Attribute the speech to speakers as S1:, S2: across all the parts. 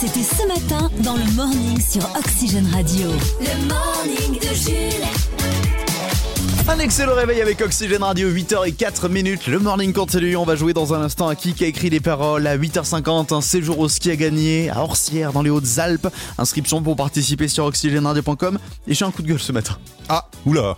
S1: C'était ce matin dans le morning sur Oxygène Radio. Le morning de Jules.
S2: Un excellent réveil avec Oxygène Radio, 8h04 minutes. Le morning continue. On va jouer dans un instant à qui qui a écrit les paroles. À 8h50, un séjour au ski à gagner à Orsières dans les Hautes-Alpes. Inscription pour participer sur oxygèneradio.com. Et j'ai un coup de gueule ce matin.
S3: Ah, oula.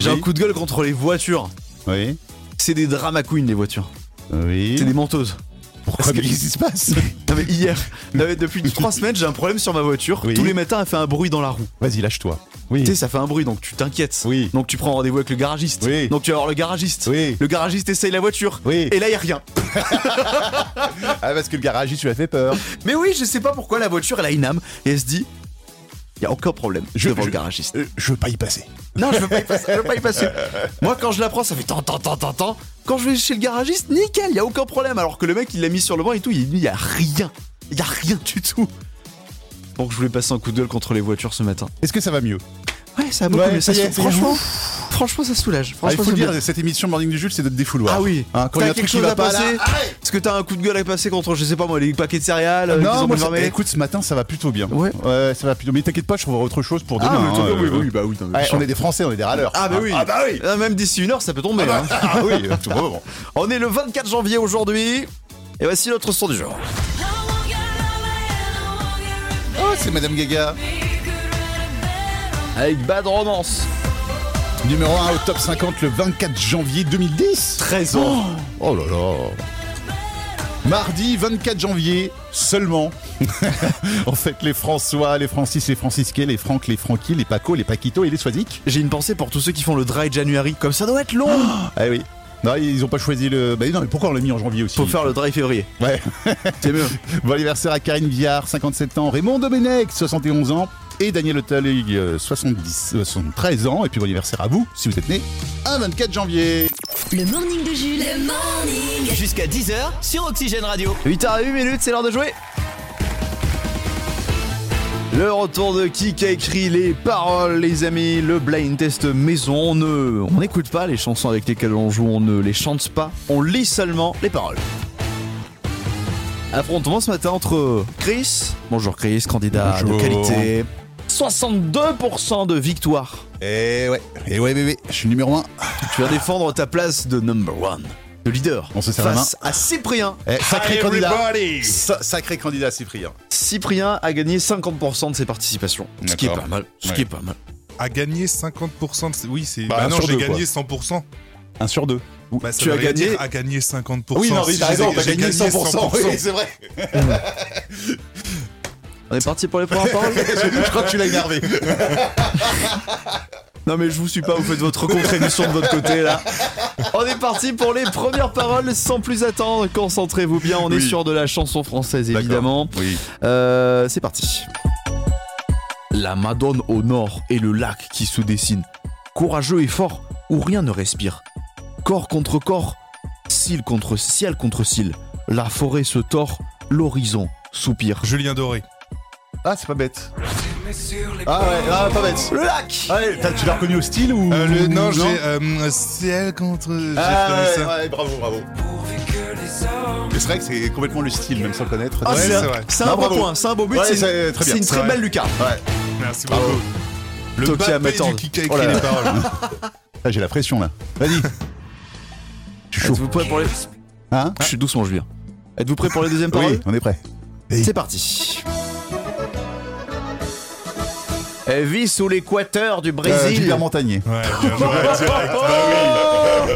S2: J'ai un coup de gueule contre les voitures.
S3: Oui.
S2: C'est des drama queens, les voitures.
S3: Oui.
S2: C'est des menteuses.
S3: Pourquoi Qu'est-ce qui se passe
S2: Non, mais hier, non, mais depuis 3 semaines, j'ai un problème sur ma voiture.
S3: Oui.
S2: Tous les matins, elle fait un bruit dans la roue.
S3: Vas-y, lâche-toi.
S2: Tu
S3: Oui.
S2: sais, ça fait un bruit, donc tu t'inquiètes.
S3: Oui.
S2: Donc tu prends rendez-vous avec le garagiste.
S3: Oui.
S2: Donc tu vas voir le garagiste.
S3: Oui.
S2: Le garagiste essaye la voiture.
S3: Oui.
S2: Et là, il a rien.
S3: Ah, parce que le garage, tu as fait peur.
S2: Mais oui, je sais pas pourquoi la voiture, elle a une âme. Et elle se dit, il y a aucun problème
S3: Je-
S2: devant
S3: je-
S2: le garagiste.
S3: Euh, Je veux pas y passer.
S2: Non, je veux pas y passer. je veux pas y passer. Moi, quand je la prends, ça fait tant, tant, tant, tant, tant. Quand je vais chez le garagiste, nickel, il y a aucun problème. Alors que le mec, il l'a mis sur le banc et tout, il n'y a rien. Il y a rien du tout. Donc je voulais passer un coup de gueule contre les voitures ce matin.
S3: Est-ce que ça va mieux
S2: Ouais, ça a beaucoup
S3: Ouais,
S2: mieux. Ça
S3: ça y est,
S2: sou-
S3: ça y est.
S2: franchement, franchement, ça soulage.
S3: Ah, Il
S2: Franchement,
S3: faut
S2: c'est
S3: le
S2: bien.
S3: dire, cette émission Morning du Jules, c'est de te défouloir.
S2: Ah oui.
S3: Hein, quand il y
S2: t'as
S3: a un truc
S2: quelque
S3: qui
S2: chose
S3: va
S2: à
S3: pas là.
S2: passer. Est-ce que t'as un coup de gueule à passer contre, je sais pas moi, les paquets de céréales, euh, qu'ils ont
S3: Non, moi, ça-
S2: fermé
S3: écoute, ce matin, ça va plutôt bien.
S2: Ouais.
S3: ça va plutôt. Mais t'inquiète pas, je trouverai autre chose pour demain.
S2: Ah, mais
S3: hein,
S2: t'as-
S3: euh,
S2: oui, oui, bah oui, t'as-
S3: ouais, on est des Français, on est des râleurs.
S2: Ah bah oui.
S3: Ah bah oui.
S2: Ah, Même d'ici une heure, ça peut tomber. hein.
S3: Ah oui, euh, tout bon.
S2: On est le 24 janvier aujourd'hui. Et voici notre son du jour.
S3: Oh, c'est Madame Gaga.
S2: Avec Bad Romance.
S3: Numéro 1 au top 50 le 24 janvier 2010.
S2: 13 ans.
S3: Oh là là Mardi 24 janvier seulement. en fait, les François, les Francis, les Francisquais, les Franck, les Franquis, les Paco, les Paquito et les Swazik.
S2: J'ai une pensée pour tous ceux qui font le dry January. Comme ça doit être long.
S3: Ah oui. Non, ils ont pas choisi le. Bah non, mais pourquoi on l'a mis en janvier aussi
S2: Faut faire le dry février.
S3: Ouais.
S2: C'est mieux.
S3: Bon anniversaire à Karine Viard, 57 ans, Raymond Domenech, 71 ans, et Daniel Auteuil, euh, 70, euh, 73 ans. Et puis bon anniversaire à vous, si vous êtes né un 24 janvier.
S1: Le morning de Jules. Le morning.
S4: Jusqu'à 10h sur Oxygène Radio.
S2: 8 à 8 minutes, c'est l'heure de jouer. Le retour de qui qui a écrit les paroles, les amis, le blind test maison. On ne, on n'écoute pas les chansons avec lesquelles on joue, on ne les chante pas, on lit seulement les paroles. Affrontement ce matin entre Chris, bonjour Chris, candidat
S3: Bonjour.
S2: de qualité, 62% de victoire.
S3: Et Eh ouais, et ouais bébé, je suis numéro 1.
S2: Tu vas défendre ta place de number one, de leader,
S3: On se serre la
S2: face à Cyprien.
S3: Eh, sacré
S2: Hi,
S3: candidat.
S2: everybody.
S3: Sa- sacré candidat Cyprien.
S2: Cyprien a gagné 50% de ses participations. Ce qui est
S3: D'accord.
S2: pas mal. Ce
S3: Ouais.
S2: qui est pas mal.
S5: à gagner 50% de... ses- Oui, c'est...
S3: Bah,
S5: Bah,
S3: un
S5: non,
S3: sur
S5: j'ai
S3: deux,
S5: gagné 100%.
S3: Un sur deux.
S5: Bah, ça
S2: Tu
S5: veut
S2: as
S5: rien
S2: gagné-
S5: dire à gagner 50%.
S3: oui, non, mais
S5: Si
S3: t'as
S5: j'ai-
S3: raison, t'as
S5: j'ai
S3: gagné 100%. oui, c'est vrai.
S2: On est parti pour les premières paroles
S3: je crois que tu l'as énervé.
S2: Non mais je vous suis pas, vous faites votre contribution de votre côté là. On est parti pour les premières paroles sans plus attendre. Concentrez-vous bien, on est
S3: Oui.
S2: sur de la chanson française
S3: D'accord.
S2: évidemment.
S3: Oui.
S2: Euh, C'est parti. La Madone au nord et le lac qui se dessine. Courageux et fort, où rien ne respire. Corps contre corps, cil contre ciel contre cil. La forêt se tord, l'horizon soupire.
S5: Julien Doré.
S3: Ah, c'est pas bête. Ah ouais, ah, pas bête.
S2: Le lac
S3: Ah ouais, t'as- tu l'as reconnu au style ou
S5: Euh, le... Non, j'ai... euh, ciel contre... J'ai
S3: Ah
S5: reconnu
S3: ouais,
S5: ça.
S3: ouais, bravo, bravo. Mais C'est vrai que c'est complètement le style, même sans le connaître.
S2: Ah,
S5: Ouais,
S2: c'est
S5: c'est
S2: un-
S5: vrai.
S2: C'est un
S3: Non,
S2: bon
S3: bravo.
S2: point, c'est un beau but,
S3: Ouais,
S2: c'est une-
S3: c'est très bien.
S2: c'est une très
S5: Ouais.
S2: belle lucarne.
S3: Ouais.
S5: Merci beaucoup. Le
S2: Toki
S5: Mbappé
S2: Amateur.
S5: du qui qui a
S2: Oh là
S5: écrit
S2: là.
S5: les paroles.
S3: Ah, j'ai la pression là. Vas-y. Je suis chaud.
S2: Êtes-vous prêt pour les...
S3: Hein
S2: Je suis doucement, je viens. Êtes-vous prêt pour les deuxièmes
S3: Oui,
S2: paroles
S3: on est prêt.
S2: C'est parti. Elle vit sous l'équateur du
S3: Euh,
S2: Brésil. Oh.
S3: Gilbert Montagnier.
S5: Ouais, bien joué, ouais, direct. Bah oui.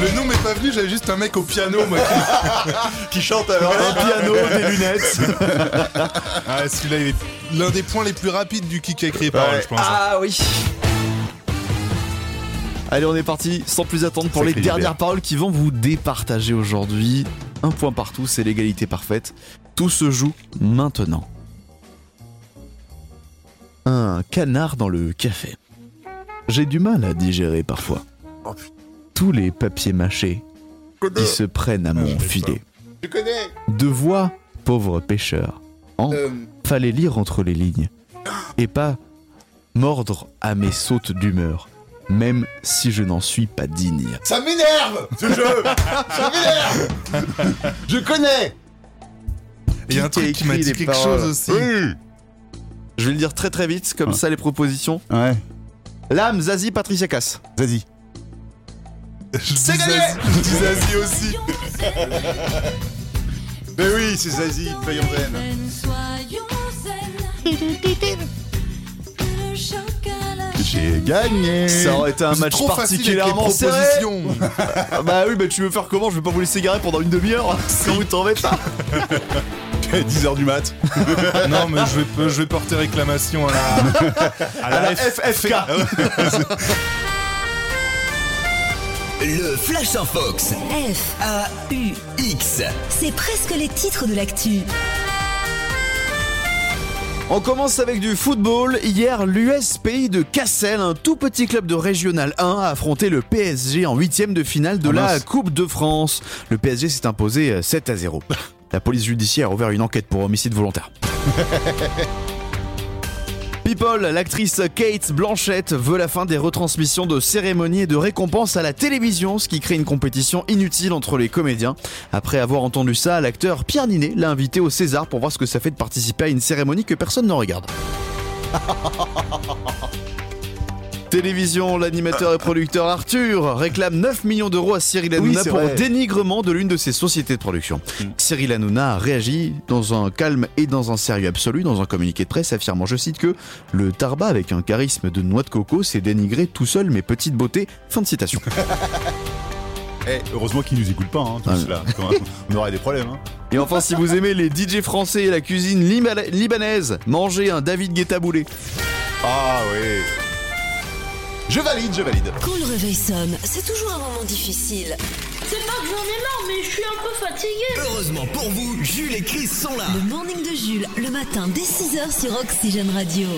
S5: Le nom m'est pas venu, j'avais juste un mec au piano, moi. qui-
S3: Qui chante alors
S2: un piano, des lunettes.
S5: Ah, celui-là, il est l'un des points les plus rapides du qui qui a écrit les paroles,
S3: Ouais.
S5: je pense.
S2: Ah oui. Allez, on est parti, sans plus attendre, pour les
S3: Sacré Gilbert.
S2: dernières paroles qui vont vous départager aujourd'hui. Un point partout, c'est l'égalité parfaite. Tout se joue maintenant. Un canard dans le café. J'ai du mal à digérer parfois.
S3: Oh,
S2: Tous les papiers mâchés qui se prennent à mon
S5: je l'ai
S2: filet.
S3: Euh. Ah, Je connais.
S2: Deux voix, pauvre pêcheur. En
S3: euh,
S2: fallait lire entre les lignes et pas mordre à mes sautes d'humeur, même si je n'en suis pas digne.
S3: Ça m'énerve ce jeu. Ça m'énerve. Je connais.
S5: Il y a un truc qui m'a dit quelque chose aussi.
S2: Je vais le dire très très vite, comme
S3: Ouais.
S2: ça les propositions.
S3: Ouais,
S2: Lame, Zazie, Patricia Cass.
S3: Zazie.
S5: C'est gagné Je dis Zazie aussi.
S3: Mais oui, c'est Zazie, payons zen.
S1: Soyons zen. Le choc à la
S3: J'ai gagné.
S2: Ça aurait été un
S5: C'est
S2: match
S5: trop facile avec les
S2: particulièrement serré.
S5: propositions.
S2: Ah bah oui, bah tu veux faire comment Je vais pas vous laisser garer pendant une demi-heure quand vous t'en pas.
S3: 10h du mat.
S5: non, mais je vais, je vais porter réclamation à la.
S2: À la FFK.
S4: Le Flash en Fox.
S1: F.
S4: A-U-X.
S1: C'est presque les titres de l'actu.
S2: On commence avec du football. Hier, l'US pays de Cassel, un tout petit club de Régional 1, a affronté le PSG en huitième de finale de
S3: Ah
S2: la
S3: mince.
S2: Coupe de France. Le PSG s'est imposé euh, 7 à 0. La police judiciaire a ouvert une enquête pour homicide volontaire. People, l'actrice Kate Blanchett veut la fin des retransmissions de cérémonies et de récompenses à la télévision, ce qui crée une compétition inutile entre les comédiens. Après avoir entendu ça, l'acteur Pierre Ninet l'a invité au César pour voir ce que ça fait de participer à une cérémonie que personne ne regarde. Télévision, l'animateur et producteur Arthur réclame 9 millions d'euros à Cyril Hanouna
S3: c'est
S2: pour
S3: vrai. Mm.
S2: dénigrement de l'une de ses sociétés de production. Cyril Hanouna a réagi dans un calme et dans un sérieux absolu dans un communiqué de presse affirmant, je cite, que le tarba avec un charisme de noix de coco s'est dénigré tout seul mes petites beautés. Fin de citation.
S3: Eh, heureusement qu'ils nous écoutent pas, hein,
S2: Ah,
S3: tous là. Quand même, On aurait des problèmes. Hein.
S2: Et enfin, si vous aimez les DJ français et la cuisine liba- libanaise, mangez un David Guetta boulet.
S3: Ah oui. Je valide, je valide.
S1: Quand le réveil sonne, c'est toujours un moment difficile.
S6: C'est pas que j'en ai marre, mais je suis un peu fatiguée.
S4: Heureusement pour vous, Jules et Chris sont là.
S1: Le morning de Jules, le matin dès 6h sur Oxygène Radio.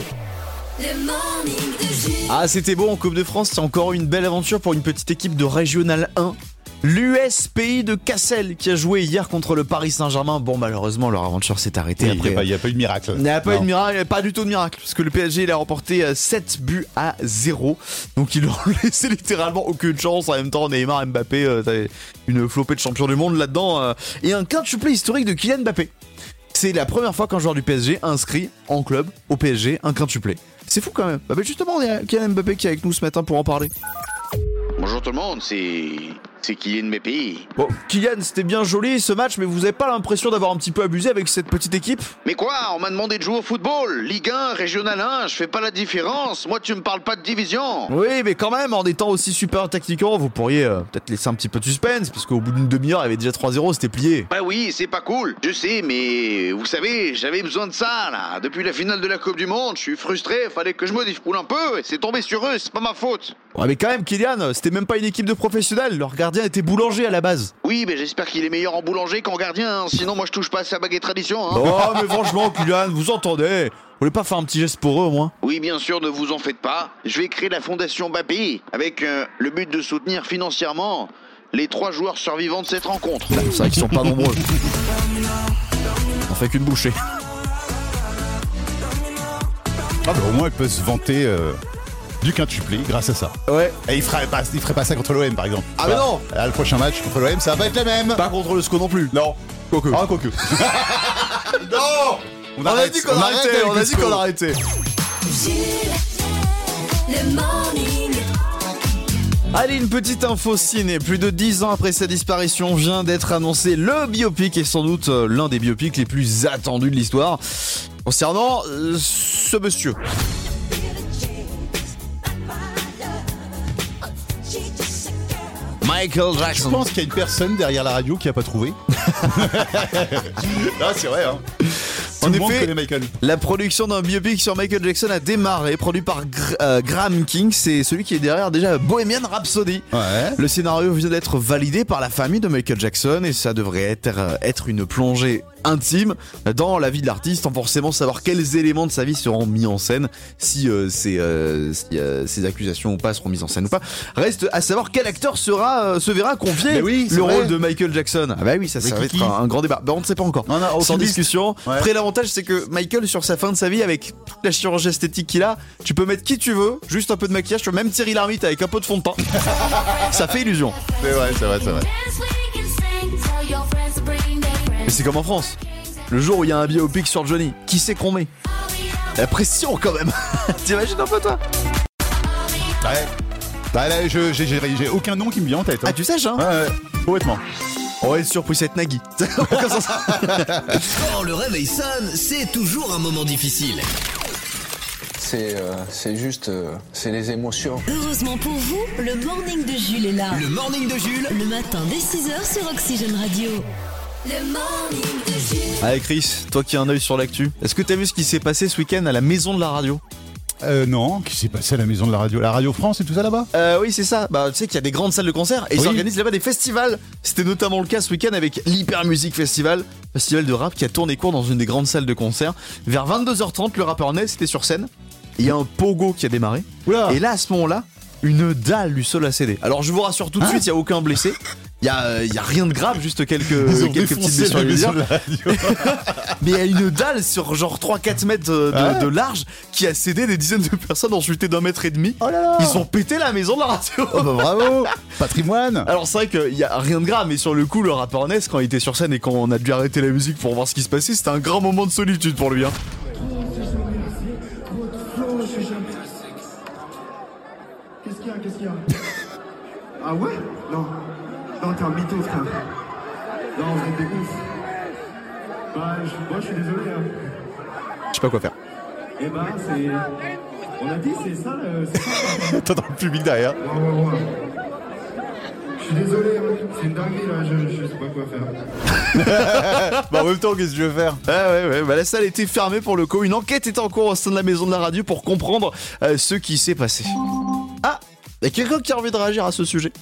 S1: Le morning de Jules.
S2: Ah, c'était beau en Coupe de France, c'est encore une belle aventure pour une petite équipe de Régional 1. L'US pays de Cassel qui a joué hier contre le Paris Saint-Germain. Bon, malheureusement, leur aventure s'est arrêtée
S3: Il
S2: après.
S3: n'y a, pas eu de miracle.
S2: Il n'y a pas, eu
S3: Non.
S2: de miracle, pas du tout de miracle, parce que le PSG il a remporté euh, 7 buts à 0. Donc ils leur ont laissé littéralement aucune chance. En même temps, Neymar, Mbappé, euh, t'avais une flopée de champions du monde là-dedans. euh, et un quintuplé historique de Kylian Mbappé. C'est la première fois qu'un joueur du PSG inscrit en club au PSG un quintuplé. C'est fou quand même. Bah, bah, justement, il y a Kylian Mbappé qui est avec nous ce matin pour en parler.
S7: Bonjour tout le monde, c'est c'est Kylian Mbappé.
S2: Bon, Kylian, c'était bien joli ce match, mais vous n'avez pas l'impression d'avoir un petit peu abusé avec cette petite équipe
S7: Mais quoi, on m'a demandé de jouer au football, Ligue 1, Régional 1, je fais pas la différence. Moi, tu me parles pas de division.
S2: Oui, mais quand même, en étant aussi super tactiquement, vous pourriez euh, peut-être laisser un petit peu de suspense, parce qu'au bout d'une demi-heure, il y avait déjà 3-0, c'était plié.
S7: Bah oui, c'est pas cool. Je sais, mais vous savez, j'avais besoin de ça là. Depuis la finale de la Coupe du monde, je suis frustré, fallait que je me défoule un peu et c'est tombé sur eux, c'est pas ma faute.
S2: Ouais, mais quand même, Kylian, euh, c'était même pas une équipe de professionnels, leur gardien était boulanger à la base.
S7: Oui, mais j'espère qu'il est meilleur en boulanger qu'en gardien, hein. sinon moi je touche pas à sa baguette tradition hein.
S2: Oh, mais franchement, Kylian, vous entendez Vous voulez pas faire un petit geste pour eux, au moins
S7: Oui, bien sûr, ne vous en faites pas. Je vais créer la fondation Mbappé avec euh, le but de soutenir financièrement les trois joueurs survivants de cette rencontre.
S2: C'est vrai qu'ils sont pas nombreux. On fait qu'une bouchée.
S3: Ah, bah, au moins, elle peut se vanter euh, du quintuplé grâce à ça.
S2: Ouais.
S3: Et il ferait pas, il ferait pas ça contre l'OM, par exemple.
S2: Ah, mais
S3: Voilà.
S2: non.
S3: Là, le prochain match contre l'OM, ça va pas être la même.
S2: Pas contre le SCO non plus.
S3: Non.
S2: Quoique.
S3: Ah, quoique. non
S2: On a dit qu'on arrêtait, on a dit qu'on arrêtait.
S1: Jules, le morning.
S2: Allez, une petite info ciné. Plus de 10 ans après sa disparition vient d'être annoncé le biopic et sans doute euh, l'un des biopics les plus attendus de l'histoire concernant euh, ce monsieur. Michael
S3: Je
S2: Jackson.
S3: pense qu'il y a une personne derrière la radio qui a pas trouvé. ah, c'est vrai, hein. Tout
S2: En
S3: le monde
S2: effet-
S3: connaît Michael.
S2: La production d'un biopic sur Michael Jackson a démarré, produit par Gr- euh, Graham King. C'est celui qui est derrière déjà Bohemian Rhapsody.
S3: Ouais.
S2: Le scénario vient d'être validé par la famille de Michael Jackson et ça devrait être, euh, être une plongée intime dans la vie de l'artiste sans forcément savoir quels éléments de sa vie seront mis en scène, si, euh, ces, euh, si, euh, ces accusations ou pas seront mises en scène ou pas. Reste à savoir quel acteur sera, euh, se verra confier
S3: Mais oui, c'est
S2: le
S3: vrai.
S2: rôle de Michael Jackson. Ah bah oui, ça, ça
S3: Mais
S2: va
S3: qui-
S2: être un, un grand débat. Bah, on ne sait pas encore.
S3: Non, non, aucune
S2: Sans
S3: liste.
S2: discussion.
S3: Ouais.
S2: Après, l'avantage, c'est que Michael, sur sa fin de sa vie, avec toute la chirurgie esthétique qu'il a, tu peux mettre qui tu veux, juste un peu de maquillage, tu peux même Thierry Lhermitte avec un peu de fond de teint. ça fait illusion.
S3: C'est vrai, c'est vrai, c'est vrai.
S2: Mais c'est comme en France. Le jour où il y a un biopic sur Johnny, qui c'est qu'on met La pression quand même T'imagines un peu toi
S3: Ouais. Bah là, je- j'ai j'ai- j'ai aucun nom qui me vient en tête. hein.
S2: Ah tu sais hein
S3: Ouais, ouais, complètement.
S2: On va être surpris cette Nagui. Aucun sens.
S4: Quand le réveil sonne, c'est toujours un moment difficile.
S8: C'est euh, c'est juste, euh, c'est les émotions.
S1: Heureusement pour vous, le morning de Jules est là.
S4: Le morning de Jules.
S1: Le matin dès 6h sur Oxygène Radio. Le morning de Jules.
S2: Allez Ah, Chris, toi qui as un œil sur l'actu, est-ce que t'as vu ce qui s'est passé ce week-end à la maison de la radio
S3: Euh, non, qui s'est passé à la maison de la radio La Radio France et tout ça là-bas
S2: Euh, oui, c'est ça. Bah, tu sais qu'il y a des grandes salles de concert et ils
S3: Oui.
S2: organisent là-bas des festivals. C'était notamment le cas ce week-end avec l'Hyper Music Festival, festival de rap qui a tourné court dans une des grandes salles de concert. Vers 22h30, le rappeur Ness était sur scène. Il y a un pogo qui a démarré.
S3: Oula
S2: Et là, à ce moment-là, une dalle du sol a cédé. Alors, je vous rassure
S3: Ah.
S2: tout de suite, il n'y a aucun blessé. Il y, a, euh, il y a rien de grave, juste quelques,
S3: Ils ont
S2: Euh, quelques petites
S3: défoncé
S2: blessures.
S3: la
S2: légères.
S3: maison de la radio.
S2: Mais il y a une dalle sur genre 3-4 mètres euh, de,
S3: Ah ouais
S2: de large qui a cédé des dizaines de personnes enchutées d'un mètre et demi.
S3: Oh là là
S2: Ils ont pété la maison de la radio.
S3: Oh bah bravo Patrimoine
S2: Alors c'est vrai qu'il y a rien de grave, mais sur le coup, le rappeur Ness, quand il était sur scène et quand on a dû arrêter la musique pour voir ce qui se passait, c'était un grand moment de solitude pour lui. Hein.
S9: Qu'est-ce qu'il y a Qu'est-ce qu'il y a Ah ouais Non. Non, t'es un mytho, frère. Non, vous êtes des ouf. Bah, je, moi, je suis désolé. Hein.
S2: Je sais pas quoi faire.
S9: Eh bah, c'est. On a dit, c'est ça, le- c'est ça.
S3: T'as dans le public derrière.
S9: Ouais, ouais, ouais. Je suis désolé, hein. c'est une dinguerie, là. Je, je sais pas quoi faire.
S3: Bah en même temps, qu'est-ce que je veux faire
S2: Ah ouais, ouais, bah la salle était fermée pour le coup. Une enquête était en cours au sein de la maison de la radio pour comprendre euh, ce qui s'est passé. Ah il y a quelqu'un qui a envie de réagir à ce sujet.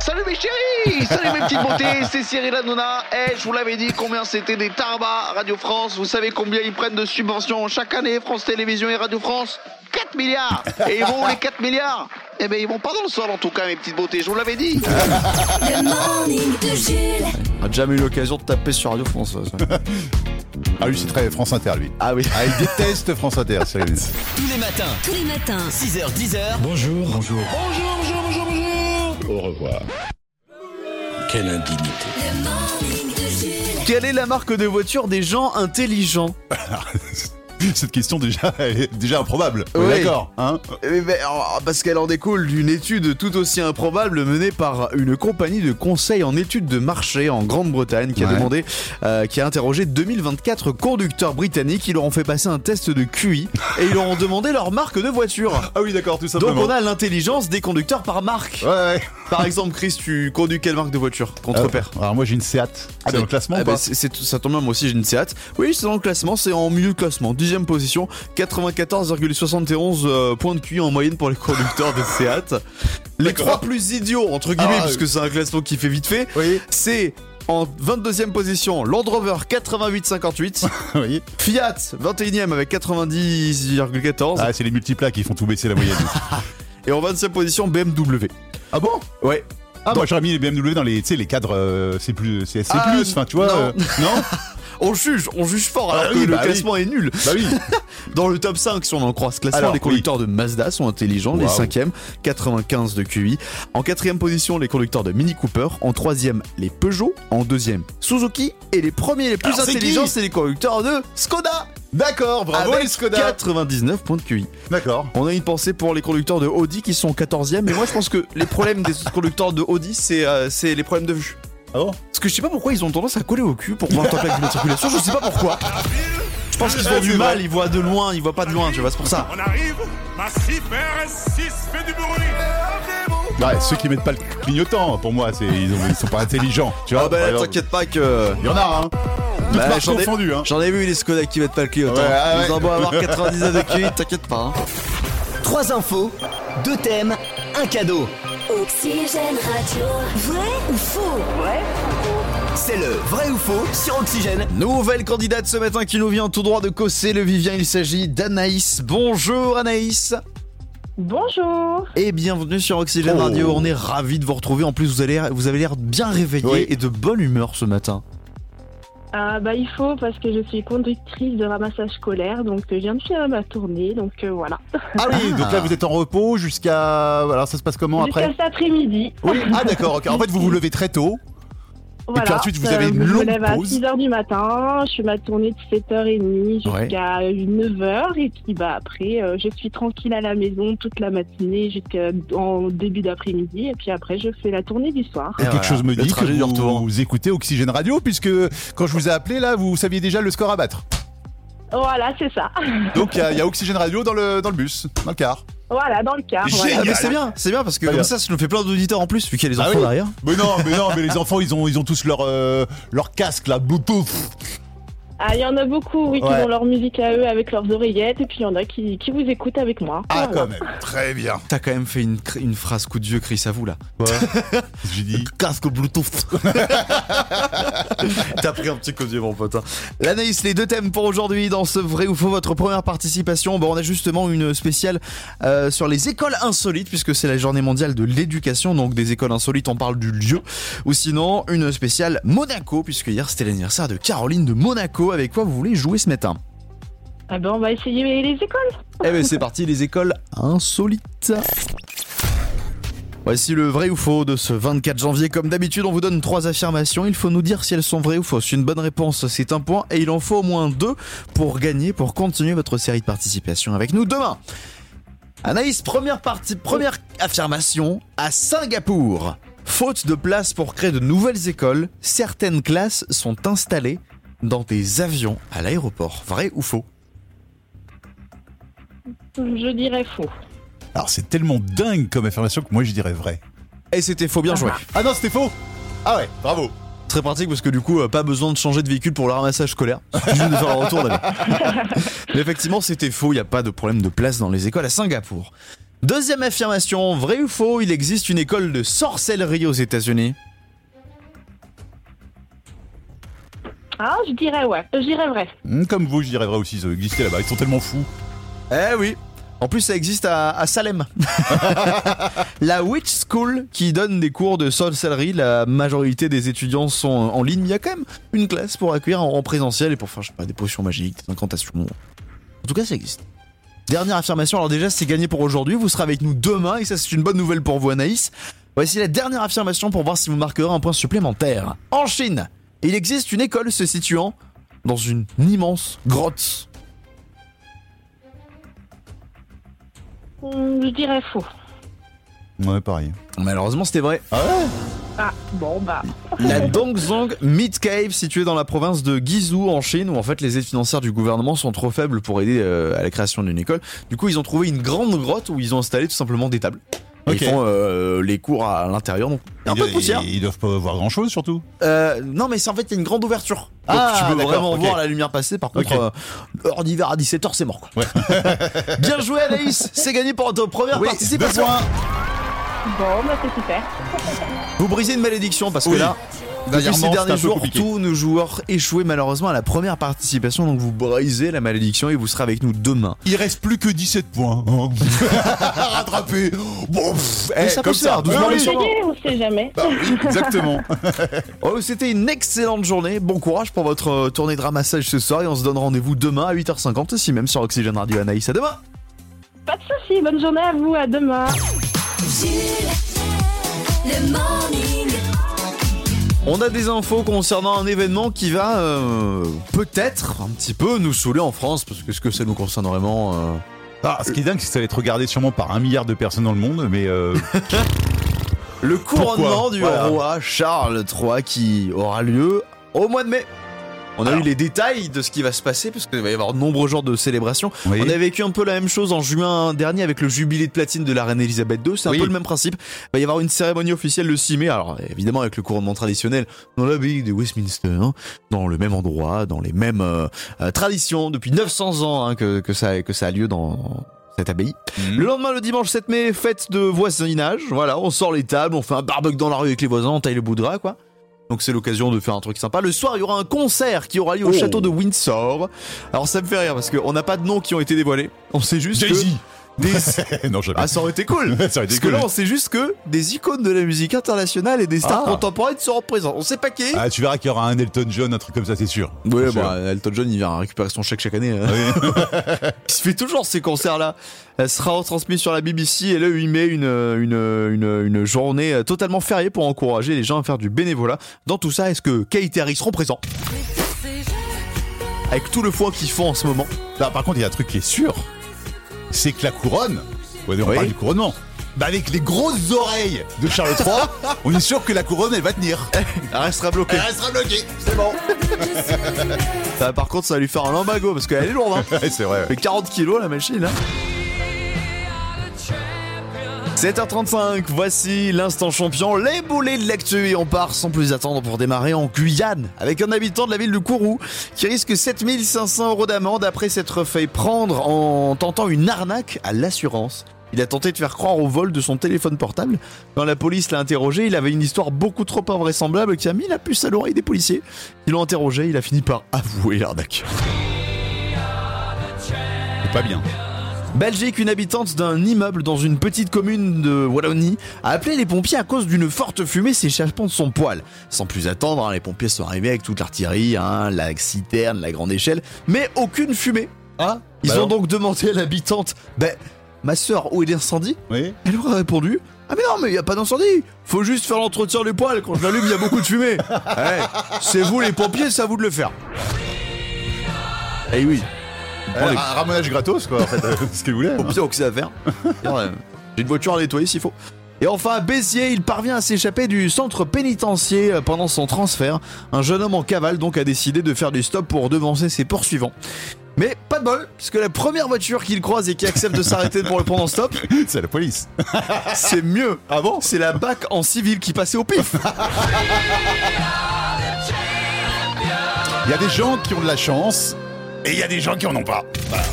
S7: Salut mes chéris Salut mes petites beautés, c'est Cyril Hanouna. Eh, je vous l'avais dit combien c'était des tarbas à Radio France. Vous savez combien ils prennent de subventions chaque année, France Télévisions et Radio France 4 milliards Et ils vont où, les 4 milliards Eh ben ils vont pas dans le sol en tout cas mes petites beautés, je vous l'avais dit
S1: Le morning de Jules.
S2: On a jamais eu l'occasion de taper sur Radio France. ça, ça.
S3: Ah lui, c'est très France Inter, lui.
S2: ah oui.
S3: Ah, il déteste France Inter, Cyril.
S4: Tous les matins,
S1: Tous les matins.
S4: 6h, 10h.
S1: Le morning de Jules.
S2: Quelle est la marque de voiture des gens intelligents
S3: Cette question, déjà, elle est déjà improbable. On est
S2: Oui.
S3: D'accord, hein
S2: Eh ben, alors, parce qu'elle en découle d'une étude tout aussi improbable menée par une compagnie de conseil en études de marché en Grande-Bretagne qui a
S3: Ouais.
S2: demandé, euh, qui a interrogé 2024 conducteurs britanniques. Ils leur ont fait passer un test de QI et ils leur ont demandé leur marque de voiture.
S3: Ah oui, d'accord, tout
S2: Donc
S3: simplement.
S2: on a l'intelligence des conducteurs par marque.
S3: Ouais, Euh, ouais.
S2: Par exemple, Chris, tu conduis quelle marque de voiture Contre
S3: Alors,
S2: père.
S3: Alors moi, j'ai une Seat. C'est dans le classement ou
S2: Ah
S3: pas
S2: bah, c'est- c'est- Ça tombe bien, moi aussi j'ai une Seat. Oui, c'est dans le classement, c'est en milieu de classement, dixième position, 94,71 euh, points de QI en moyenne pour les conducteurs de Seat. Les trois plus idiots, entre guillemets,
S3: Ah,
S2: puisque c'est un classement qui fait vite fait,
S3: Oui,
S2: c'est en 22e position Land Rover 88,58,
S3: oui.
S2: Fiat 21e avec 90,14,
S3: Ah, c'est les multiplats qui font tout baisser la moyenne.
S2: et en 25e position BMW.
S3: ah bon
S2: Ouais.
S3: Ah,
S2: Ah
S3: moi j'aurais mis les BMW dans les, tu sais, les cadres, euh, c'est plus, c'est c'est
S2: Ah,
S3: plus, enfin tu vois.
S2: non.
S3: euh, non
S2: On juge, on juge fort
S3: Ah
S2: alors
S3: oui,
S2: que
S3: bah
S2: le
S3: oui.
S2: classement est nul.
S3: Bah oui.
S2: Dans le top 5, si on en croit ce classement,
S3: Alors,
S2: les conducteurs de Mazda sont intelligents, les
S3: Waouh.
S2: 5e, 95 de QI. En 4 position, les conducteurs de Mini Cooper. En 3e, les Peugeot. En 2e, Suzuki. Et les premiers, les plus
S3: Alors, c'est
S2: intelligents,
S3: qui
S2: c'est les conducteurs de Skoda.
S3: D'accord, bravo
S2: avec
S3: les Skoda.
S2: 99 points de QI.
S3: D'accord.
S2: On a une pensée pour les conducteurs de Audi qui sont 14e. Mais moi, je pense que les problèmes des conducteurs de Audi, c'est euh, c'est les problèmes de vue.
S3: Ah bon
S2: Parce que je sais pas pourquoi ils ont tendance à coller au cul pour voir le temps de la circulation, je sais pas pourquoi. Je pense qu'ils ont du mal, ils voient de loin, ils voient pas de loin, tu vois, c'est pour ça.
S3: Ah
S10: On arrive, ma super S6 fait du bruit.
S3: Ouais, Bah, ceux qui mettent pas le clignotant, pour moi, c'est ils, ont- ils sont pas intelligents. Tu vois
S2: Ah bah
S3: Par exemple,
S2: t'inquiète pas que.
S3: Il y en a, hein. Toutes
S2: Bah,
S3: marques
S2: j'en ai-
S3: confondues, hein.
S2: J'en ai vu les Skoda qui mettent pas le clignotant.
S3: Ouais, ah
S2: Ils
S3: ouais.
S2: ont beau avoir 99 de QI, t'inquiète pas. hein.
S4: Trois infos, deux thèmes, un cadeau.
S1: Oxygène Radio. Vrai ou faux
S4: C'est le vrai ou faux sur Oxygène.
S2: Nouvelle candidate ce matin qui nous vient tout droit de Cossé le Vivien, il s'agit d'Anaïs. Bonjour Anaïs
S11: Bonjour.
S2: et bienvenue sur Oxygène
S3: Oh.
S2: Radio. On est ravis de vous retrouver. En plus, vous, allez, vous avez l'air bien réveillé
S3: Oui.
S2: et de bonne humeur ce matin.
S11: Ah bah il faut parce que je suis conductrice de ramassage scolaire, donc euh, je viens de finir ma tournée, donc euh, voilà.
S3: Ah oui, donc là vous êtes en repos jusqu'à alors ça se passe comment
S11: Jusqu'à
S3: après
S11: cet après-midi.
S3: Oui, ah d'accord. ok. En fait, vous vous levez très tôt.
S11: Voilà, euh,
S3: puis ensuite, vous avez une
S11: je me
S3: longue
S11: lève à
S3: pause.
S11: 6h du matin, je fais ma tournée de 7h30 jusqu'à 9h. Et puis bah, après, euh, je suis tranquille à la maison toute la matinée jusqu'en début d'après-midi. Et puis après, je fais la tournée du soir.
S3: Et quelque chose me
S2: Eh, Le
S3: dit que
S2: trajet du
S3: vous, vous écoutez Oxygène Radio, puisque quand je vous ai appelé là, vous saviez déjà le score à battre.
S11: Voilà, c'est ça.
S3: Donc il y, a- il y a Oxygène Radio dans le, dans le bus, dans le car.
S11: Voilà, dans le car.
S2: Ah,
S11: voilà.
S2: mais c'est bien, c'est bien parce que
S3: Très
S2: comme
S3: bien.
S2: ça, ça nous fait plein d'auditeurs en plus, vu qu'il y a les
S3: Ah
S2: enfants
S3: oui.
S2: derrière.
S3: Mais non, mais non, mais les enfants, ils ont, ils ont tous leur, euh, leur casque, la Bluetooth.
S11: Ah, il y en a beaucoup, oui,
S3: Ouais.
S11: qui ont leur musique à eux avec leurs oreillettes. Et puis il y en a qui, qui vous écoutent avec moi.
S3: Ah,
S11: Voilà.
S3: quand même. Très bien.
S2: T'as quand même fait une, cr- une phrase coup de vieux, Chris, à vous là.
S3: J'ai dit.
S2: Casque Bluetooth. T'as pris un petit coup de vieux, mon pote. hein. L'analyse, les deux thèmes pour aujourd'hui dans ce vrai ou faux, votre première participation. Bon, on a justement une spéciale euh, sur les écoles insolites, puisque c'est la journée mondiale de l'éducation. Donc, des écoles insolites, on parle du lieu. Ou sinon, une spéciale Monaco, puisque hier c'était l'anniversaire de Caroline de Monaco. Avec quoi vous voulez jouer ce matin
S11: Ah ben, on va essayer les écoles.
S2: Eh ben c'est parti les écoles insolites. Voici le vrai ou faux de ce 24 janvier. Comme d'habitude, on vous donne trois affirmations. Il faut nous dire si elles sont vraies ou fausses. Une bonne réponse, c'est un point. Et il en faut au moins deux pour gagner, pour continuer votre série de participation avec nous demain. Anaïs, première partie, première affirmation à Singapour. Faute de place pour créer de nouvelles écoles, certaines classes sont installées dans des avions à l'aéroport. Vrai ou faux
S11: Je dirais faux.
S3: Alors c'est tellement dingue comme affirmation que moi je dirais vrai.
S2: Et c'était faux, bien joué.
S3: Ah non, c'était faux Ah ouais, bravo.
S2: Très pratique parce que du coup, euh, pas besoin de changer de véhicule pour le ramassage scolaire. Juste de faire le retour d'aller. Mais effectivement, c'était faux, il n'y a pas de problème de place dans les écoles à Singapour. Deuxième affirmation, vrai ou faux, il existe une école de sorcellerie aux États-Unis.
S11: Ah, je dirais ouais. Je dirais vrai.
S3: Hum, Comme vous, je dirais vrai aussi, ils ont existé là-bas, ils sont tellement fous.
S2: Eh oui en plus, ça existe à, à Salem. la Witch School qui donne des cours de sorcellerie. La majorité des étudiants sont en ligne. mais Il y a quand même une classe pour accueillir en, en présentiel et pour faire, je sais pas, des potions magiques, des incantations. En tout cas, ça existe. Dernière affirmation. Alors déjà, c'est gagné pour aujourd'hui. Vous serez avec nous demain et ça, c'est une bonne nouvelle pour vous, Anaïs. Voici la dernière affirmation pour voir si vous marquerez un point supplémentaire. En Chine, il existe une école se situant dans une immense grotte.
S11: Hum, Je dirais faux.
S3: Ouais, pareil.
S2: Malheureusement, c'était vrai.
S11: Ah, bon, bah.
S2: La Dongzhong Meat Cave, située dans la province de Guizhou en Chine, où en fait les aides financières du gouvernement sont trop faibles pour aider euh, à la création d'une école. Du coup, ils ont trouvé une grande grotte où ils ont installé tout simplement des tables. Et
S3: Ok.
S2: Ils font euh, les cours à l'intérieur, donc un
S3: Ils-
S2: peu de poussière.
S3: Ils, ils doivent pas voir grand chose surtout.
S2: Euh, non, mais c'est en fait il y a une grande ouverture. Donc
S3: Ah,
S2: tu peux
S3: d'accord,
S2: vraiment
S3: ok.
S2: voir la lumière passer. Par contre,
S3: Ok.
S2: euh, heure d'hiver à 17h, c'est mort. quoi. Bien joué, Anaïs. C'est gagné pour ta première
S3: Oui,
S2: participation.
S3: deux points.
S11: Bon, bah, c'est super.
S2: Vous brisez une malédiction parce que
S3: Oui. Bah,
S2: là, depuis
S3: Dernièrement,
S2: ces
S3: c'était un
S2: derniers
S3: peu
S2: jours,
S3: compliqué.
S2: tous nos joueurs échouaient malheureusement à la première participation, donc vous brisez la malédiction et vous serez avec nous demain.
S3: Il reste plus que 17 points. hein. À rattraper. Bon, pff,
S2: Mais
S3: eh,
S2: ça peut
S3: comme
S2: se faire,
S3: ça.
S2: doucement,
S3: Ouais,
S2: mais
S3: oui.
S2: sûrement.
S11: on sait jamais.
S3: Bah oui, exactement.
S2: Oh, C'était une excellente journée, bon courage pour votre euh, tournée de ramassage ce soir et on se donne rendez-vous demain à 8h50 ici même sur Oxygène Radio Anaïs. À demain
S11: Pas de soucis, bonne journée à vous, à demain.
S1: Jules, le morning.
S2: On a des infos concernant un événement qui va euh, peut-être un petit peu nous saouler en France, parce que ce que ça nous concerne vraiment... euh,
S3: Ah, ce qui est dingue, c'est que ça va être regardé sûrement par un milliard de personnes dans le monde, mais euh,
S2: Le couronnement
S3: Pourquoi
S2: du
S3: Voilà.
S2: roi Charles III qui aura lieu au mois de mai. On a eu les détails de ce qui va se passer parce qu'il va y avoir de nombreux genres de célébrations.
S3: Oui.
S2: On a vécu un peu la même chose en juin dernier avec le jubilé de platine de la reine Elisabeth II. C'est
S3: Oui.
S2: un peu le même principe. Il va y avoir une cérémonie officielle le 6 mai. Alors évidemment avec le couronnement traditionnel dans l'abbaye de Westminster, hein, dans le même endroit, dans les mêmes euh, euh, traditions depuis 900 ans hein, que, que ça, que ça a lieu dans cette abbaye.
S3: Mhm.
S2: Le lendemain, le dimanche 7 mai, fête de voisinage. Voilà, on sort les tables, on fait un barbecue dans la rue avec les voisins, on taille le bout de gras, quoi. Donc c'est l'occasion de faire un truc sympa. Le soir, il y aura un concert qui aura
S3: Oh.
S2: lieu au château de Windsor. Alors ça me fait rire parce qu'on n'a pas de noms qui ont été dévoilés. On sait juste que
S3: Jay-Z. Eh
S2: Des- ah, ça aurait été cool.
S3: Ça aurait été
S2: Parce que
S3: cool.
S2: là, on sait juste que des icônes de la musique internationale et des stars
S3: Ah.
S2: contemporaines sont représentées. On sait pas qui. est.
S3: Ah, tu verras qu'il y aura un Elton John, un truc comme ça, c'est sûr.
S2: Ouais,
S3: C'est sûr.
S2: bah, Elton John, il vient récupérer son chèque chaque année. hein. il se fait toujours ces concerts-là. Elle sera retransmise sur la BBC et là, il met une, une, une, une journée totalement fériée pour encourager les gens à faire du bénévolat. Dans tout ça, est-ce que Kate et Harry seront présents Avec tout le foie qu'ils font en ce moment.
S3: Là, Bah, par contre, il y a un truc qui est sûr c'est que la couronne, ouais, on parle du couronnement, bah, avec les grosses oreilles de Charles III, on est sûr que la couronne, elle va tenir.
S2: Elle restera bloquée.
S3: Elle restera bloquée, c'est bon.
S2: Ça, par contre, ça va lui faire un lambago parce qu'elle est lourde. Hein.
S3: c'est vrai.
S2: Fait 40 kilos la machine. hein. 7h35, voici l'instant champion, les boulets de l'actu et on part sans plus attendre pour démarrer en Guyane avec un habitant de la ville de Kourou qui risque 7500 euros d'amende après s'être fait prendre en tentant une arnaque à l'assurance. Il a tenté de faire croire au vol de son téléphone portable. Quand la police l'a interrogé, il avait une histoire beaucoup trop invraisemblable qui a mis la puce à l'oreille des policiers. Ils l'ont interrogé, il a fini par avouer l'arnaque.
S3: C'est pas bien.
S2: Belgique, une habitante d'un immeuble dans une petite commune de Wallonie a appelé les pompiers à cause d'une forte fumée s'échappant de son poêle. Sans plus attendre, hein, les pompiers sont arrivés avec toute l'artillerie, hein, la citerne, la grande échelle, mais aucune fumée. Hein Ils
S3: Bah
S2: ont
S3: non.
S2: donc demandé à l'habitante Ben, ma soeur, où est l'incendie
S3: Oui.
S2: Elle leur a répondu Ah, mais non, mais il n'y a pas d'incendie Faut juste faire l'entretien du poêle, quand je l'allume, il y a beaucoup de fumée Ouais, C'est vous les pompiers, c'est à vous de le faire Eh oui
S3: Eh, un ramonage gratos, quoi, en fait, euh, ce qu'il voulait.
S2: au pire, on sait à faire. Euh, J'ai une voiture à nettoyer s'il faut. Et enfin, à Béziers, il parvient à s'échapper du centre pénitentiaire Euh, pendant son transfert. Un jeune homme en cavale donc a décidé de faire du stop pour devancer ses poursuivants. Mais pas de bol, puisque la première voiture qu'il croise et qui accepte de s'arrêter pour le prendre en stop,
S3: C'est la police.
S2: c'est mieux.
S3: Ah bon
S2: C'est la BAC en civil qui passait au pif.
S3: Il y a des gens qui ont de la chance et il y a des gens qui en ont pas. Voilà.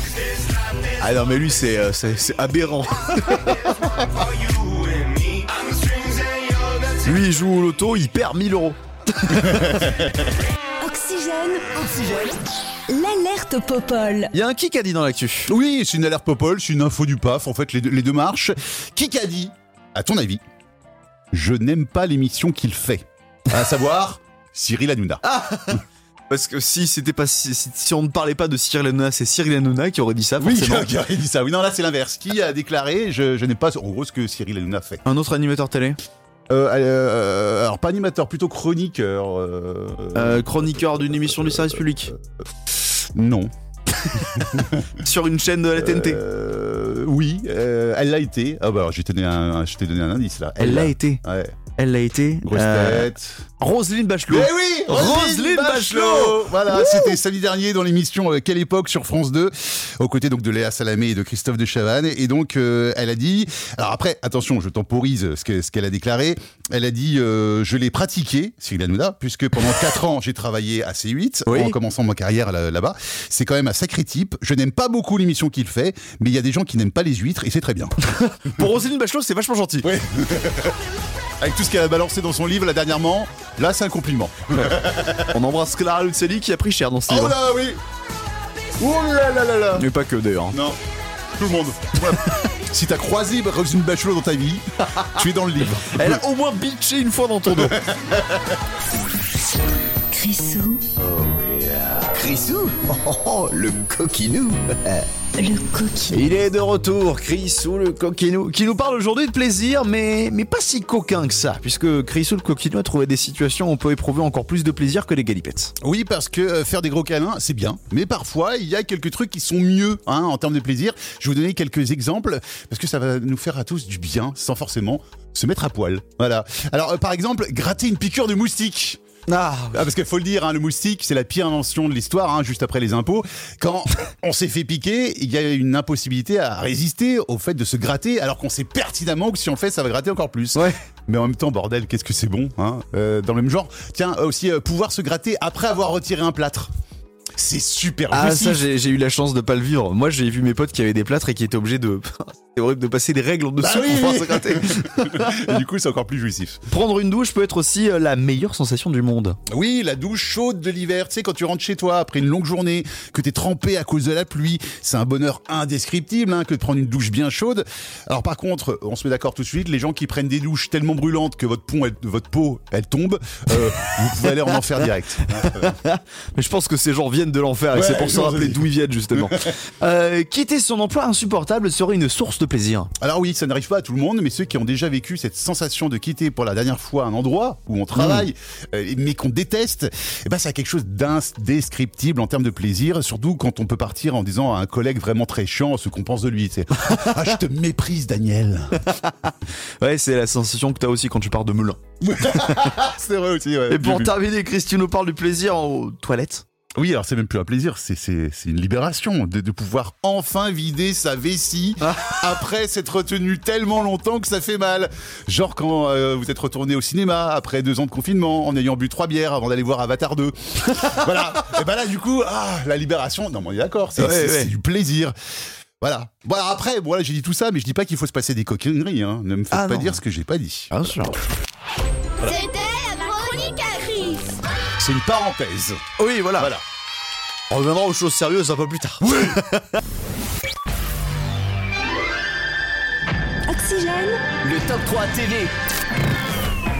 S2: Ah non, mais lui, c'est euh, c'est- c'est aberrant. Lui, il joue au loto, il perd 1000 euros.
S1: Oxygène. Oxygène. L'alerte Popol.
S2: Il y a un kick a dit dans l'actu.
S3: Oui, c'est une alerte popole, c'est une info du PAF, en fait, les deux, les deux marches. Qui qu'a dit, à ton avis, je n'aime pas l'émission qu'il fait À savoir, Cyril Hanouna.
S2: Ah, Parce que si c'était pas si, si- si on ne parlait pas de Cyril Hanouna, c'est Cyril Hanouna qui aurait dit ça
S3: oui,
S2: forcément.
S3: qui a dit ça Oui, non, là, c'est l'inverse. Qui a déclaré, je, je n'aime pas, en gros, ce que Cyril Hanouna fait
S2: Un autre animateur télé,
S3: Euh, euh, Alors, pas animateur, plutôt chroniqueur. euh,
S2: Euh, chroniqueur d'une émission du service public
S3: non.
S2: sur une chaîne de la TNT.
S3: Euh, oui, euh, elle l'a été. Ah bah, alors, je t'ai donné, un- je t'ai donné un indice, là.
S2: Elle l'a été.
S3: Ouais.
S2: Elle l'a été.
S3: Grosse
S2: Euh,
S3: tête.
S2: Roselyne Bachelot.
S3: Mais Eh oui, Roselyne Bachelot. Voilà, c'était samedi dernier dans l'émission euh, Quelle époque sur France 2, aux côtés donc de Léa Salamé et de Christophe de Chavannes. Et donc, euh, elle a dit. Alors après, attention, je temporise ce que- ce qu'elle a déclaré. Elle a dit euh, Je l'ai pratiqué, Cyril Hanouna, puisque pendant 4 ans, j'ai travaillé à C8
S2: Oui.
S3: en commençant ma carrière là- là-bas. C'est quand même un sacré type. Je n'aime pas beaucoup l'émission qu'il fait, mais il y a des gens qui n'aiment pas les huîtres et c'est très bien.
S2: Pour Roselyne Bachelot, c'est vachement gentil.
S3: Avec tout ce qu'elle a balancé dans son livre là dernièrement, là, c'est un compliment.
S2: On embrasse Clara Lucelli qui a pris cher dans ce
S3: Oh
S2: livre.
S3: là, oui Oh là là là là
S2: Mais pas que d'ailleurs. hein.
S3: Non, tout le monde. Voilà. si t'as croisé Roselyne Bachelot dans ta vie, tu es dans le livre.
S2: Elle a au moins bitché une fois dans ton dos.
S1: Crissou,
S4: Crissou Oh, oh, oh, le coquinou
S1: le coquin.
S2: Il est de retour, Crissou le coquinou, qui nous parle aujourd'hui de plaisir, mais, mais pas si coquin que ça, puisque Crissou le coquinou a trouvé des situations où on peut éprouver encore plus de plaisir que les galipettes.
S3: Oui, parce que euh, faire des gros câlins, c'est bien. Mais parfois, il y a quelques trucs qui sont mieux hein, en termes de plaisir. Je vais vous donner quelques exemples, parce que ça va nous faire à tous du bien, sans forcément se mettre à poil. Voilà. Alors, euh, par exemple, gratter une piqûre de moustique.
S2: Ah,
S3: Ah, parce qu'il faut le dire, hein, le moustique, c'est la pire invention de l'histoire, hein, juste après les impôts. Quand on s'est fait piquer, il y a une impossibilité à résister au fait de se gratter, alors qu'on sait pertinemment que si on le fait, ça va gratter encore plus.
S2: Ouais.
S3: Mais en même temps, bordel, qu'est-ce que c'est bon, hein Euh, Dans le même genre, tiens, euh, aussi euh, pouvoir se gratter après avoir retiré un plâtre. C'est super
S2: Ah
S3: jouissif.
S2: ça j'ai j'ai eu la chance de pas le vivre. Moi j'ai vu mes potes qui avaient des plâtres et qui étaient obligés de C'est horrible de passer des règles en
S3: Bah
S2: dessous pour pouvoir se gratter.
S5: Et du coup, c'est encore plus jouissif.
S2: Prendre une douche peut être aussi euh, la meilleure sensation du monde.
S3: Oui, la douche chaude de l'hiver, tu sais, quand tu rentres chez toi après une longue journée, que t'es trempé à cause de la pluie, c'est un bonheur indescriptible hein, que de prendre une douche bien chaude. Alors par contre, on se met d'accord tout de suite, les gens qui prennent des douches tellement brûlantes que votre, pont, elle- votre peau, elle tombe, euh, vous pouvez aller en enfer direct.
S2: Mais je pense que ces gens viennent de l'enfer et
S3: Ouais,
S2: c'est pour se
S3: ils ont
S2: rappeler
S3: envie.
S2: d'où ils viennent justement. Euh, quitter son emploi insupportable serait une source de plaisir.
S3: Alors oui, ça n'arrive pas à tout le monde, mais ceux qui ont déjà vécu cette sensation de quitter pour la dernière fois un endroit où on travaille, euh, mais qu'on déteste, eh ben ça a quelque chose d'indescriptible en termes de plaisir, surtout quand on peut partir en disant à un collègue vraiment très chiant ce qu'on pense de lui. tu sais. ah, je te méprise, Daniel.
S2: Ouais, c'est la sensation que t'as aussi quand tu pars de Melun.
S3: c'est vrai aussi, ouais.
S2: Et pour
S3: J'ai vu.
S2: terminer, Chris, tu nous parles du plaisir aux toilettes.
S3: Oui, alors c'est même plus un plaisir, c'est- c'est c'est une libération de, de pouvoir enfin vider sa vessie
S2: Ah.
S3: après s'être retenu tellement longtemps que ça fait mal. Genre quand euh, vous êtes retourné au cinéma après deux ans de confinement en ayant bu trois bières avant d'aller voir Avatar 2. voilà. Et ben là, du coup, ah, la libération, non mais on est d'accord, c'est
S2: Ouais,
S3: c'est-
S2: ouais.
S3: c'est du plaisir. Voilà. Bon, alors après, voilà, j'ai dit tout ça, mais je dis pas qu'il faut se passer des coquineries. hein. Ne me faites
S2: Ah,
S3: pas
S2: non. Ah.
S3: dire ce que j'ai pas dit.
S12: C'était la chronique à Chris.
S3: C'est une parenthèse.
S2: Oui, voilà. On reviendra aux choses sérieuses un peu plus tard.
S1: Oxygène.
S4: Le top 3 TV.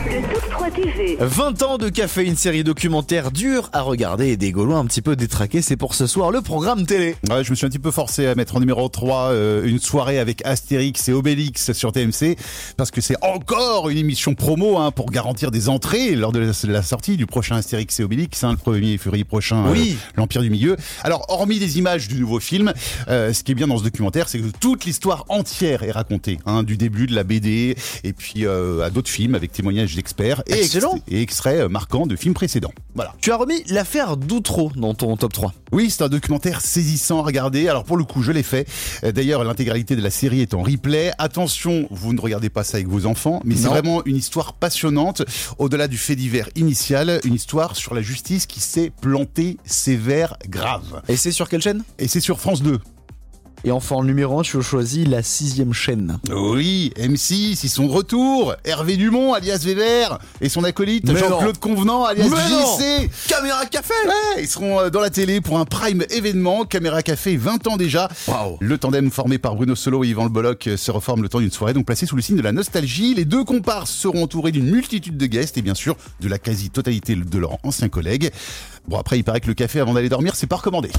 S1: Le top 3 TV.
S2: 20 ans de café, une série documentaire dure à regarder et des Gaulois un petit peu détraqués, c'est pour ce soir le programme télé.
S3: Ouais, je me suis un petit peu forcé à mettre en numéro 3 euh, une soirée avec Astérix et Obélix sur TMC parce que c'est encore une émission promo hein, pour garantir des entrées lors de la, la sortie du prochain Astérix et Obélix hein, le 1er février prochain
S2: Oui.
S3: euh, l'Empire du Milieu. Alors hormis les images du nouveau film, euh, ce qui est bien dans ce documentaire c'est que toute l'histoire entière est racontée hein, du début de la BD et puis euh, à d'autres films avec témoignages d'experts et, ex-
S2: Excellent.
S3: et extraits euh, marquants de films précédents. Voilà.
S2: Tu as remis l'affaire d'Outreau dans ton top 3.
S3: Oui, c'est un documentaire saisissant à regarder. Alors pour le coup, je l'ai fait. Euh, D'ailleurs, l'intégralité de la série est en replay. Attention, vous ne regardez pas ça avec vos enfants, mais c'est
S2: Non.
S3: vraiment une histoire passionnante. Au-delà du fait divers initial, une histoire sur la justice qui s'est plantée sévère, grave.
S2: Et c'est sur quelle chaîne
S3: Et c'est sur France 2.
S2: Et enfin, en numéro 1, tu as choisi la sixième chaîne.
S3: Oui, M6, ils sont de retour. Hervé Dumont, alias Weber, et son acolyte
S2: Mais
S3: Jean-Claude
S2: non.
S3: Convenant, alias
S2: Mais non.
S3: JC.
S2: Caméra Café
S3: Ouais, ils seront euh, dans la télé pour un prime événement, Caméra Café 20 ans déjà. Le tandem formé par Bruno Solo et Yvan Le Bolloc euh, se reforme le temps d'une soirée, donc placé sous le signe de la nostalgie. Les deux comparses seront entourés d'une multitude de guests et bien sûr de la quasi-totalité de leurs anciens collègues. Bon, après, il paraît que le café avant d'aller dormir, c'est pas recommandé.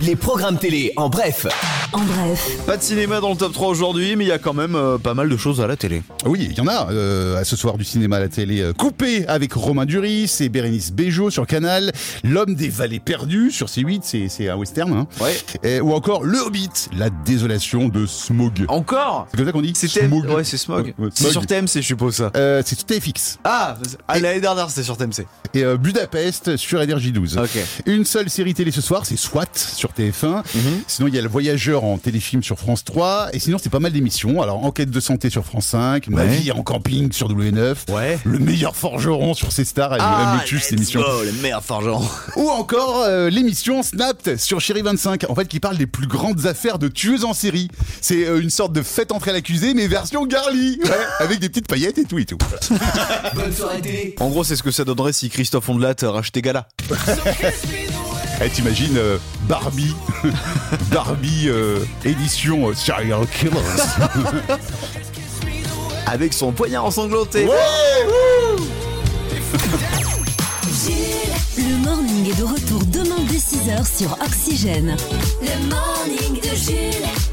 S4: Les programmes télé, en bref.
S1: En bref.
S2: Pas de cinéma dans le top 3 aujourd'hui, mais il y a quand même euh, pas mal de choses à la télé.
S3: Oui, il y en a. euh, à ce soir du cinéma à la télé, euh, coupé avec Romain Duris et Bérénice Bejo sur Canal, L'homme des vallées perdues sur C8, c'est- c'est un western. hein. Et- ou encore Le Hobbit, la désolation de Smog.
S2: Encore
S3: C'est comme ça qu'on dit
S2: C'était.
S3: Smog.
S2: Ouais, c'est Smog.
S3: Ouais, ouais,
S2: C'est sur TMC, je suppose ça.
S3: Euh, c'est tout TFX.
S2: Ah, ah, l'année dernière, c'était sur TMC.
S3: Et euh, Budapest sur NRJ12.
S2: Ok.
S3: Une seule série télé ce soir, c'est SWAT sur TF1.
S2: Mhm.
S3: Sinon, il y a Le Voyageur en téléfilm sur France 3. Et sinon, c'est pas mal d'émissions. Alors, Enquête de santé sur France 5, Ma
S2: Ouais.
S3: vie en camping sur W9,
S2: Ouais.
S3: Le meilleur forgeron sur C Star. Elle,
S2: Ah,
S3: elle me tue, cette émission.
S2: le meilleur forgeron.
S3: Ou encore euh, l'émission Snapped sur Chéri 25, en fait qui parle des plus grandes affaires de tueuses en série. C'est euh, une sorte de fête entre l'accusé, mais version Garly, Ouais, avec des petites paillettes et tout et tout.
S4: Bonne soirée télé.
S2: En gros, c'est ce que ça donnerait si Christophe Ondelat euh, rachetait Gala.
S3: Eh, T'imagines euh, Barbie, Barbie euh, édition euh, Serial Killers.
S2: Avec son poignard ensanglanté.
S1: Le morning est de retour demain dès 6h sur Oxygène. Le morning de Jules.